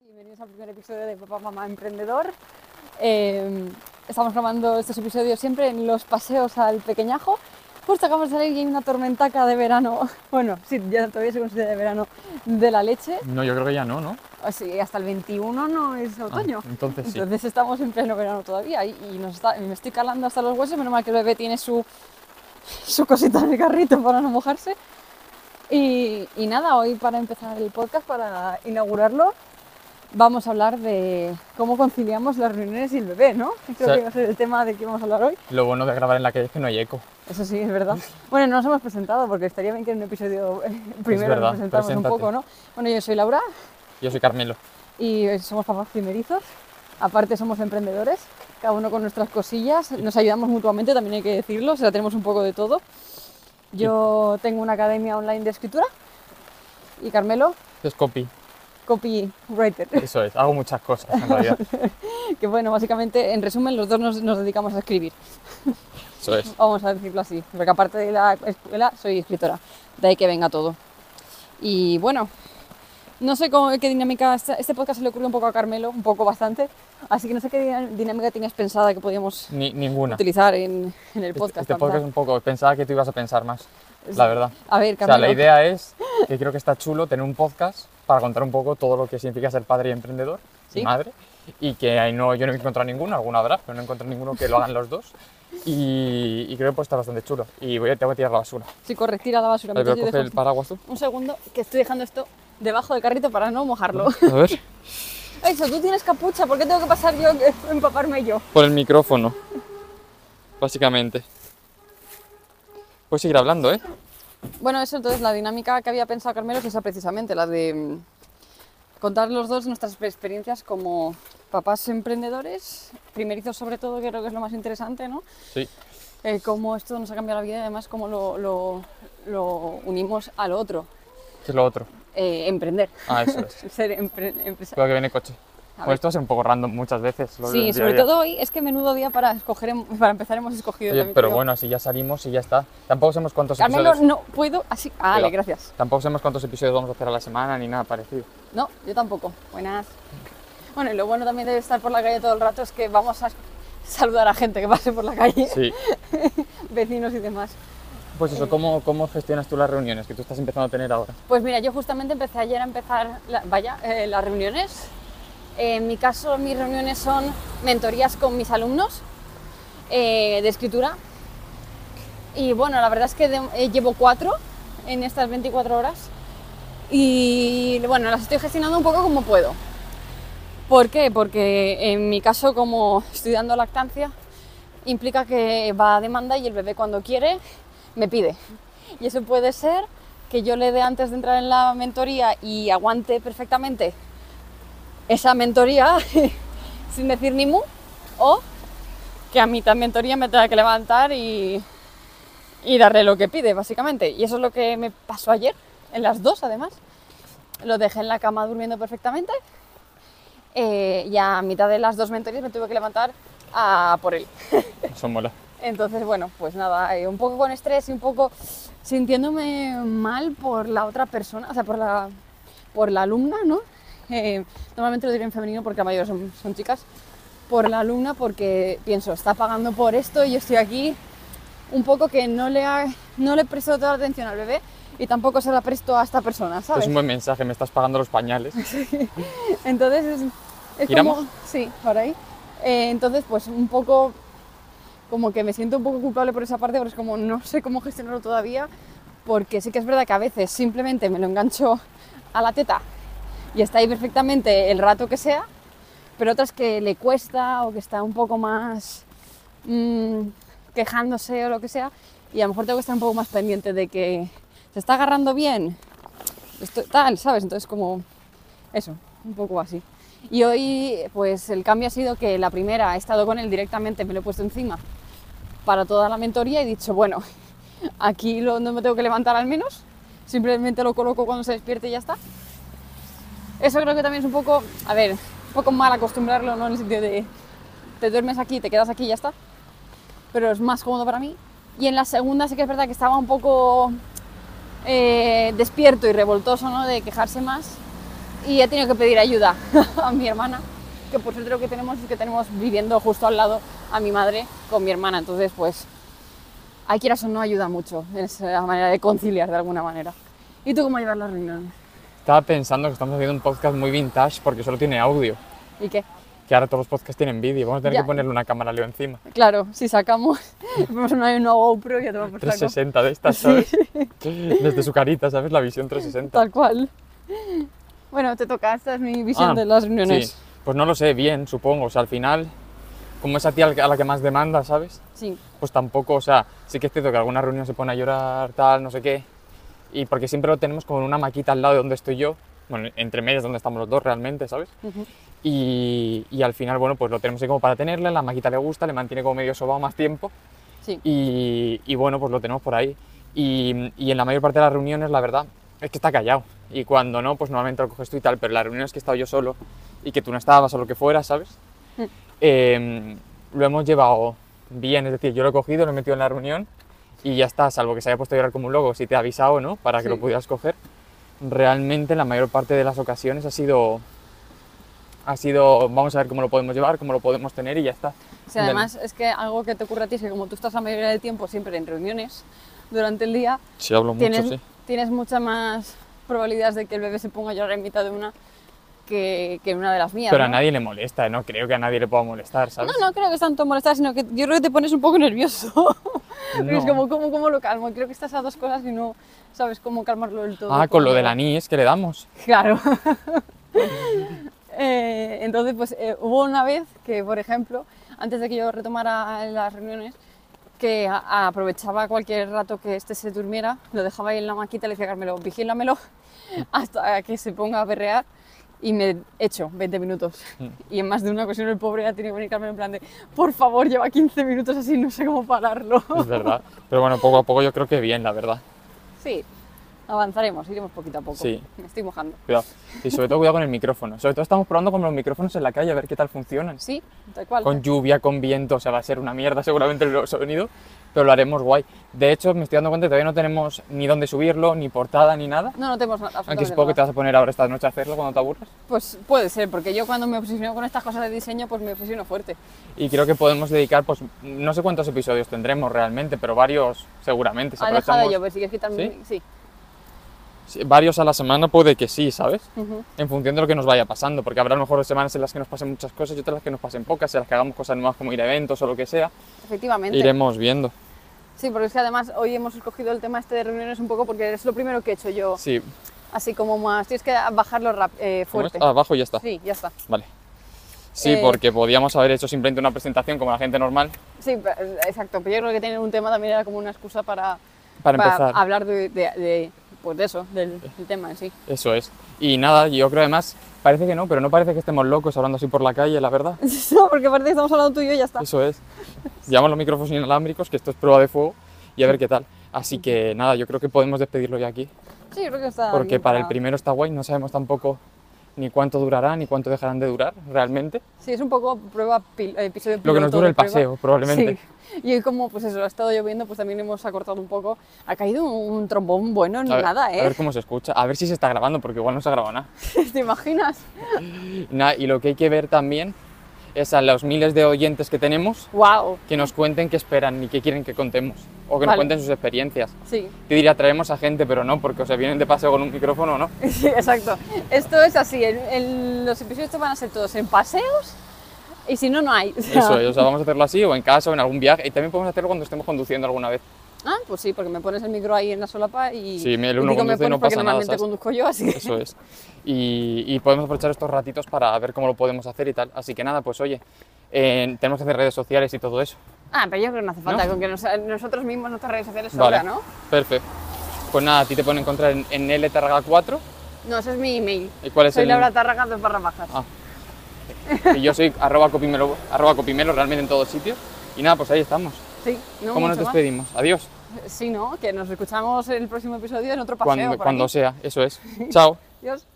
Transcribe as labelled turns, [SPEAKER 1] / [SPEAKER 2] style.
[SPEAKER 1] bienvenidos al primer episodio de Papá Mamá Emprendedor. Eh, estamos grabando estos episodios siempre en los paseos al pequeñajo. Justo acabamos de salir y hay una tormentaca de verano. Bueno, sí, ya todavía se considera de verano de la leche.
[SPEAKER 2] No, yo creo que ya no, ¿no?
[SPEAKER 1] O sea, hasta el 21 no es
[SPEAKER 2] Ah,
[SPEAKER 1] otoño.
[SPEAKER 2] entonces sí.
[SPEAKER 1] Oh, Entonces estamos en pleno verano todavía y, y nos está- me estoy calando hasta los huesos. Menos mal que el bebé tiene su, su cosita en el carrito para no mojarse. Y, y nada, hoy para empezar el podcast, para inaugurarlo, vamos a hablar de cómo conciliamos las reuniones y el bebé, ¿no? Que Creo
[SPEAKER 2] Sí.
[SPEAKER 1] que va a ser el tema de que vamos a hablar hoy.
[SPEAKER 2] Lo bueno de grabar en la calle es que no hay eco.
[SPEAKER 1] Eso sí, es verdad. Bueno, no nos hemos presentado porque estaría bien que en un episodio eh, primero
[SPEAKER 2] verdad,
[SPEAKER 1] nos presentamos un
[SPEAKER 2] preséntate.
[SPEAKER 1] poco, ¿no? Bueno, yo soy Laura
[SPEAKER 2] Yo soy Carmelo.
[SPEAKER 1] y somos papás primerizos. Aparte somos emprendedores, cada uno con nuestras cosillas, nos ayudamos mutuamente, también hay que decirlo, o sea, tenemos un poco de todo. Yo tengo una academia online de escritura y Carmelo,
[SPEAKER 2] Es copy,
[SPEAKER 1] copywriter.
[SPEAKER 2] eso es. Hago muchas cosas en realidad.
[SPEAKER 1] Que bueno, básicamente, en resumen, los dos nos, nos dedicamos a escribir,
[SPEAKER 2] Eso es.
[SPEAKER 1] vamos a decirlo así, porque aparte de la escuela soy escritora, de ahí que venga todo. Y bueno, no sé cómo, qué dinámica, este este podcast se le ocurre un poco a Carmelo, un poco bastante, así que no sé qué dina- dinámica tenías pensada que podíamos
[SPEAKER 2] Ni- ninguna.
[SPEAKER 1] utilizar en, en el
[SPEAKER 2] Este-
[SPEAKER 1] podcast.
[SPEAKER 2] este
[SPEAKER 1] para
[SPEAKER 2] podcast es un poco. Pensaba que tú ibas a pensar más,
[SPEAKER 1] empezar.
[SPEAKER 2] la verdad.
[SPEAKER 1] A ver,
[SPEAKER 2] O sea,
[SPEAKER 1] Carmelo,
[SPEAKER 2] la idea es que creo que está chulo tener un podcast para contar un poco todo lo que significa ser padre y emprendedor
[SPEAKER 1] Sí.
[SPEAKER 2] y madre. Y que ahí no, yo no he encontrado ninguno, alguna habrá, pero no he encontrado ninguno que lo hagan los dos. Y, y creo que puede estar bastante chulo. Y voy a, tengo que tirar la basura.
[SPEAKER 1] si corres, tira la basura.
[SPEAKER 2] Vale,
[SPEAKER 1] mientras
[SPEAKER 2] voy a
[SPEAKER 1] yo
[SPEAKER 2] coger el
[SPEAKER 1] dejo-
[SPEAKER 2] paraguas tú.
[SPEAKER 1] Un segundo, que estoy dejando esto debajo del carrito para no mojarlo.
[SPEAKER 2] A ver,
[SPEAKER 1] Eso, tú tienes capucha, ¿por qué tengo que pasar yo, eh, empaparme yo?
[SPEAKER 2] por el micrófono, básicamente. Puedes seguir hablando, ¿eh?
[SPEAKER 1] Bueno, eso entonces la dinámica que había pensado Carmelo es esa precisamente, la de mm, contar los dos nuestras experiencias como papás emprendedores, primerizos sobre todo, que creo que es lo más interesante, ¿no?
[SPEAKER 2] Sí.
[SPEAKER 1] Eh, cómo esto nos ha cambiado la vida y además cómo lo, lo- lo unimos al otro,
[SPEAKER 2] ¿Qué es lo otro?
[SPEAKER 1] eh, emprender,
[SPEAKER 2] Ah, eso es.
[SPEAKER 1] ser empre- empresa-
[SPEAKER 2] Creo que viene coche.
[SPEAKER 1] A
[SPEAKER 2] Pues
[SPEAKER 1] ver.
[SPEAKER 2] esto es un poco random muchas veces. lo
[SPEAKER 1] Sí,
[SPEAKER 2] del día a
[SPEAKER 1] sobre
[SPEAKER 2] día.
[SPEAKER 1] todo hoy es que menudo día para escoger, hem- para empezar hemos escogido.
[SPEAKER 2] Oye,
[SPEAKER 1] también te
[SPEAKER 2] pero
[SPEAKER 1] digo.
[SPEAKER 2] bueno, así ya salimos y ya está. Tampoco sabemos cuántos
[SPEAKER 1] Carmelo,
[SPEAKER 2] episodios.
[SPEAKER 1] no puedo así. Ah, vale,
[SPEAKER 2] Cuidado.
[SPEAKER 1] gracias.
[SPEAKER 2] Tampoco sabemos cuántos episodios vamos a hacer a la semana ni nada parecido.
[SPEAKER 1] No, yo tampoco. Buenas. Bueno, y lo bueno también de estar por la calle todo el rato es que vamos a saludar a gente que pase por la calle,
[SPEAKER 2] Sí.
[SPEAKER 1] vecinos y demás.
[SPEAKER 2] Pues eso, ¿cómo, ¿cómo gestionas tú las reuniones que tú estás empezando a tener ahora?
[SPEAKER 1] Pues mira, yo justamente empecé ayer a empezar, la- vaya, eh, las reuniones. En mi caso, mis reuniones son mentorías con mis alumnos eh, de escritura. Y bueno, la verdad es que de- eh, llevo cuatro en estas 24 horas. Y bueno, las estoy gestionando un poco como puedo. ¿Por qué? Porque en mi caso, como estoy dando lactancia, implica que va a demanda y el bebé cuando quiere me pide. Y eso puede ser que yo le dé antes de entrar en la mentoría y aguante perfectamente esa mentoría sin decir ni mu, o que a mitad mentoría me tenga que levantar y, y darle lo que pide, básicamente. Y eso es lo que me pasó ayer, en las dos además. Lo dejé en la cama durmiendo perfectamente eh, y a mitad de las dos mentorías me tuve que levantar a por él.
[SPEAKER 2] Eso mola.
[SPEAKER 1] Entonces, bueno, pues nada, eh, un poco con estrés y un poco sintiéndome mal por la otra persona, o sea, por la, por la alumna, ¿no? Eh, normalmente lo diré en femenino porque la mayoría son, son chicas. Por la alumna porque pienso, está pagando por esto y yo estoy aquí un poco que no le, ha- no le presto toda la atención al bebé y tampoco se la presto a esta persona, ¿sabes?
[SPEAKER 2] Es un buen mensaje, me estás pagando los pañales.
[SPEAKER 1] Entonces es, es
[SPEAKER 2] ¿Giramos?
[SPEAKER 1] como... Sí, por ahí. Eh, entonces, pues un poco... Como que me siento un poco culpable por esa parte, pero es como no sé cómo gestionarlo todavía, porque sí que es verdad que a veces simplemente me lo engancho a la teta y está ahí perfectamente el rato que sea, pero otras que le cuesta o que está un poco más mm, quejándose o lo que sea, y a lo mejor tengo que estar un poco más pendiente de que se está agarrando bien, esto, tal, ¿sabes? Entonces como eso, un poco así. Y hoy, pues el cambio ha sido que la primera he estado con él directamente, me lo he puesto encima para toda la mentoría y he dicho, bueno, aquí lo, no me tengo que levantar al menos, simplemente lo coloco cuando se despierte y ya está. Eso creo que también es un poco, a ver, un poco mal acostumbrarlo, ¿no? En el sentido de, te duermes aquí, te quedas aquí y ya está. Pero es más cómodo para mí. Y en la segunda sí que es verdad que estaba un poco eh, despierto y revoltoso, ¿no? De quejarse más y he tenido que pedir ayuda a mi hermana, que por suerte lo que tenemos es que tenemos viviendo justo al lado a mi madre con mi hermana, entonces pues hay quieras o no ayuda mucho, es la manera de conciliar de alguna manera. ¿Y tú cómo llevas las reuniones?
[SPEAKER 2] Estaba pensando que estamos haciendo un podcast muy vintage porque solo tiene audio.
[SPEAKER 1] ¿Y qué?
[SPEAKER 2] Que ahora todos los podcasts tienen vídeo. Vamos a tener
[SPEAKER 1] Ya.
[SPEAKER 2] que ponerle una cámara Leo encima.
[SPEAKER 1] Claro, si sacamos ponemos una, una GoPro y a tomar por saco.
[SPEAKER 2] 360 de estas, ¿sabes? Desde su carita, ¿sabes? La visión 360.
[SPEAKER 1] Tal cual. Bueno, te toca, esta es mi visión
[SPEAKER 2] Ah,
[SPEAKER 1] de las reuniones.
[SPEAKER 2] Sí. Pues no lo sé, bien, supongo. O sea, al final, como es a ti al- a la que más demanda, ¿sabes?
[SPEAKER 1] Sí.
[SPEAKER 2] Pues tampoco, o sea, sí que es cierto que alguna reunión se pone a llorar, tal, no sé qué. Y porque siempre lo tenemos como en una maquita al lado de donde estoy yo. Bueno, entre medias donde estamos los dos realmente, ¿sabes?
[SPEAKER 1] Ujú.
[SPEAKER 2] Y, y al final, bueno, pues lo tenemos ahí como para tenerle, la maquita le gusta, le mantiene como medio sobado más tiempo.
[SPEAKER 1] Sí.
[SPEAKER 2] Y, y bueno, pues lo tenemos por ahí. Y, y en la mayor parte de las reuniones, la verdad, es que está callado. Y cuando no, pues normalmente lo coges tú y tal, pero en las reuniones que he estado yo solo y que tú no estabas o lo que fuera, ¿sabes?
[SPEAKER 1] Mm.
[SPEAKER 2] Eh, lo hemos llevado bien, es decir, yo lo he cogido, lo he metido en la reunión y ya está, salvo que se haya puesto a llorar como un loco, si te ha avisado, ¿no? Para que
[SPEAKER 1] Sí.
[SPEAKER 2] lo pudieras coger. Realmente en la mayor parte de las ocasiones ha sido, ha sido, vamos a ver cómo lo podemos llevar, cómo lo podemos tener y ya está.
[SPEAKER 1] O sea,
[SPEAKER 2] Del-
[SPEAKER 1] además es que algo que te ocurre a ti es que como tú estás la mayoría del tiempo siempre en reuniones durante el día,
[SPEAKER 2] Sí, hablo
[SPEAKER 1] tienes, tienes muchas más probabilidades de que el bebé se ponga a llorar en mitad de una que, que en una de las mías.
[SPEAKER 2] Pero a
[SPEAKER 1] ¿no?
[SPEAKER 2] nadie le molesta, no creo que a nadie le pueda molestar, ¿sabes?
[SPEAKER 1] No, no creo que es tanto molestar, sino que yo creo que te pones un poco nervioso. Porque Es
[SPEAKER 2] No.
[SPEAKER 1] como, ¿cómo, ¿cómo lo calmo? Creo que estás a dos cosas y no sabes cómo calmarlo del todo.
[SPEAKER 2] Ah, con lo
[SPEAKER 1] Cuando-
[SPEAKER 2] del anís que le damos.
[SPEAKER 1] Claro. Eh, entonces, pues eh, hubo una vez que, por ejemplo, antes de que yo retomara las reuniones, que a- a- aprovechaba cualquier rato que este se durmiera, lo dejaba ahí en la maquita y le decía, Carmelo, vigílamelo hasta que se ponga a berrear y me echo 20 minutos. Y en más de una ocasión el pobre ya tiene que venir Carmelo en plan de, por favor, lleva 15 minutos así, no sé cómo pararlo.
[SPEAKER 2] Es verdad. Pero bueno, poco a poco yo creo que bien, la verdad.
[SPEAKER 1] Sí, avanzaremos, iremos poquito a poco.
[SPEAKER 2] Sí.
[SPEAKER 1] Me estoy mojando.
[SPEAKER 2] Cuidado. Y sobre todo cuidado con el micrófono. Sobre todo estamos probando con los micrófonos en la calle a ver qué tal funcionan.
[SPEAKER 1] Sí, tal cual.
[SPEAKER 2] Con lluvia, con viento, o sea, va a ser una mierda seguramente el sonido, pero lo haremos guay. De hecho, me estoy dando cuenta que todavía no tenemos ni dónde subirlo, ni portada, ni nada.
[SPEAKER 1] No, no tenemos nada.
[SPEAKER 2] Aunque
[SPEAKER 1] absolutamente
[SPEAKER 2] supongo que te
[SPEAKER 1] nada.
[SPEAKER 2] vas a poner ahora esta noche a hacerlo cuando te aburras.
[SPEAKER 1] Pues puede ser, porque yo cuando me obsesiono con estas cosas de diseño, pues me obsesiono fuerte.
[SPEAKER 2] Y creo que podemos dedicar, pues, no sé cuántos episodios tendremos realmente, pero varios seguramente. Si
[SPEAKER 1] ha dejado de
[SPEAKER 2] aprovechamos-
[SPEAKER 1] llover, si quieres quitarme.
[SPEAKER 2] ¿Sí?
[SPEAKER 1] Sí.
[SPEAKER 2] Sí, varios a la semana puede que sí, ¿sabes?
[SPEAKER 1] Ujú.
[SPEAKER 2] En función de lo que nos vaya pasando, porque habrá a lo mejor semanas en las que nos pasen muchas cosas y otras en las que nos pasen pocas, en las que hagamos cosas nuevas como ir a eventos o lo que sea,
[SPEAKER 1] Efectivamente.
[SPEAKER 2] iremos viendo.
[SPEAKER 1] Sí, porque es que además hoy hemos escogido el tema este de reuniones un poco porque es lo primero que he hecho yo.
[SPEAKER 2] Sí,
[SPEAKER 1] Así como más. Tienes que bajarlo rap- eh,
[SPEAKER 2] ¿cómo es?
[SPEAKER 1] fuerte.
[SPEAKER 2] Ah, abajo y ya está.
[SPEAKER 1] Sí, ya está.
[SPEAKER 2] Vale. Sí,
[SPEAKER 1] Eh,
[SPEAKER 2] porque podíamos haber hecho simplemente una presentación como la gente normal
[SPEAKER 1] Sí, pa- exacto. Pero yo creo que tener un tema también era como una excusa para,
[SPEAKER 2] para empezar.
[SPEAKER 1] hablar de, de- de- pues de eso, del, del tema en sí.
[SPEAKER 2] Eso es. Y nada, yo creo además, parece que no, pero no parece que estemos locos hablando así por la calle, la verdad.
[SPEAKER 1] No, porque aparte estamos hablando tú y yo y ya está.
[SPEAKER 2] Eso es. Llevamos los micrófonos inalámbricos, que esto es prueba de fuego, y a ver qué tal. Así que nada, yo creo que podemos despedirlo ya aquí.
[SPEAKER 1] Sí, yo creo que está.
[SPEAKER 2] Porque
[SPEAKER 1] bien
[SPEAKER 2] para el primero está guay, no sabemos tampoco ni cuánto durará, ni cuánto dejarán de durar realmente.
[SPEAKER 1] Sí, es un poco prueba pil- eh, episodio
[SPEAKER 2] Lo que nos
[SPEAKER 1] piloto
[SPEAKER 2] dura
[SPEAKER 1] de
[SPEAKER 2] el
[SPEAKER 1] prueba.
[SPEAKER 2] paseo, probablemente.
[SPEAKER 1] Sí. Y hoy como pues eso, ha estado lloviendo, pues también hemos acortado un poco. Ha caído un trombón bueno ni
[SPEAKER 2] A ver-
[SPEAKER 1] nada,
[SPEAKER 2] A
[SPEAKER 1] ¿eh?
[SPEAKER 2] ver cómo se escucha, a ver si se está grabando, porque igual no se ha grabado nada.
[SPEAKER 1] ¿Te imaginas?
[SPEAKER 2] Nada, y lo que hay que ver también es a los miles de oyentes que tenemos
[SPEAKER 1] Wow.
[SPEAKER 2] que nos cuenten qué esperan y qué quieren que contemos, o que nos
[SPEAKER 1] Vale.
[SPEAKER 2] cuenten sus experiencias.
[SPEAKER 1] Sí,
[SPEAKER 2] Te diría, traemos a gente, pero no, porque o sea, vienen de paseo con un micrófono, ¿no?
[SPEAKER 1] sí, exacto. Esto es así, el- el- los episodios estos van a ser todos en paseos y si no, no hay. O sea,
[SPEAKER 2] Eso, es, o sea, vamos a hacerlo así, o en casa, o en algún viaje, y también podemos hacerlo cuando estemos conduciendo alguna vez.
[SPEAKER 1] Ah, pues sí, porque me pones el micro ahí en la solapa y,
[SPEAKER 2] Sí, el
[SPEAKER 1] y
[SPEAKER 2] uno
[SPEAKER 1] digo me
[SPEAKER 2] conduce y
[SPEAKER 1] pones
[SPEAKER 2] no
[SPEAKER 1] porque
[SPEAKER 2] pasa nada,
[SPEAKER 1] normalmente
[SPEAKER 2] ¿sabes?
[SPEAKER 1] conduzco yo, así que...
[SPEAKER 2] Eso es. Y, y podemos aprovechar estos ratitos para ver cómo lo podemos hacer y tal. Así que nada, pues oye, eh, tenemos que hacer redes sociales y todo eso.
[SPEAKER 1] Ah, pero yo creo que no hace falta,
[SPEAKER 2] ¿No?
[SPEAKER 1] con que nos- eh, nosotros mismos nuestras redes sociales
[SPEAKER 2] Vale.
[SPEAKER 1] sobra, ¿no?
[SPEAKER 2] Perfecto. Pues nada, a ti te pueden encontrar en, en LTarga4.
[SPEAKER 1] No, ese es mi email.
[SPEAKER 2] ¿Y cuál es
[SPEAKER 1] Soy
[SPEAKER 2] el...?
[SPEAKER 1] Laura Tárraga, dos barras bajas.
[SPEAKER 2] Ah. Y yo soy arroba copimelo, arroba copimelo realmente en todos sitios. Y nada, pues ahí estamos.
[SPEAKER 1] Sí, no
[SPEAKER 2] ¿Cómo nos
[SPEAKER 1] mucho más.
[SPEAKER 2] despedimos? Adiós.
[SPEAKER 1] Sí, ¿no? Que nos escuchamos en el próximo episodio en otro paseo.
[SPEAKER 2] Cuando,
[SPEAKER 1] por
[SPEAKER 2] cuando
[SPEAKER 1] aquí.
[SPEAKER 2] sea, eso es. Chao.
[SPEAKER 1] Adiós.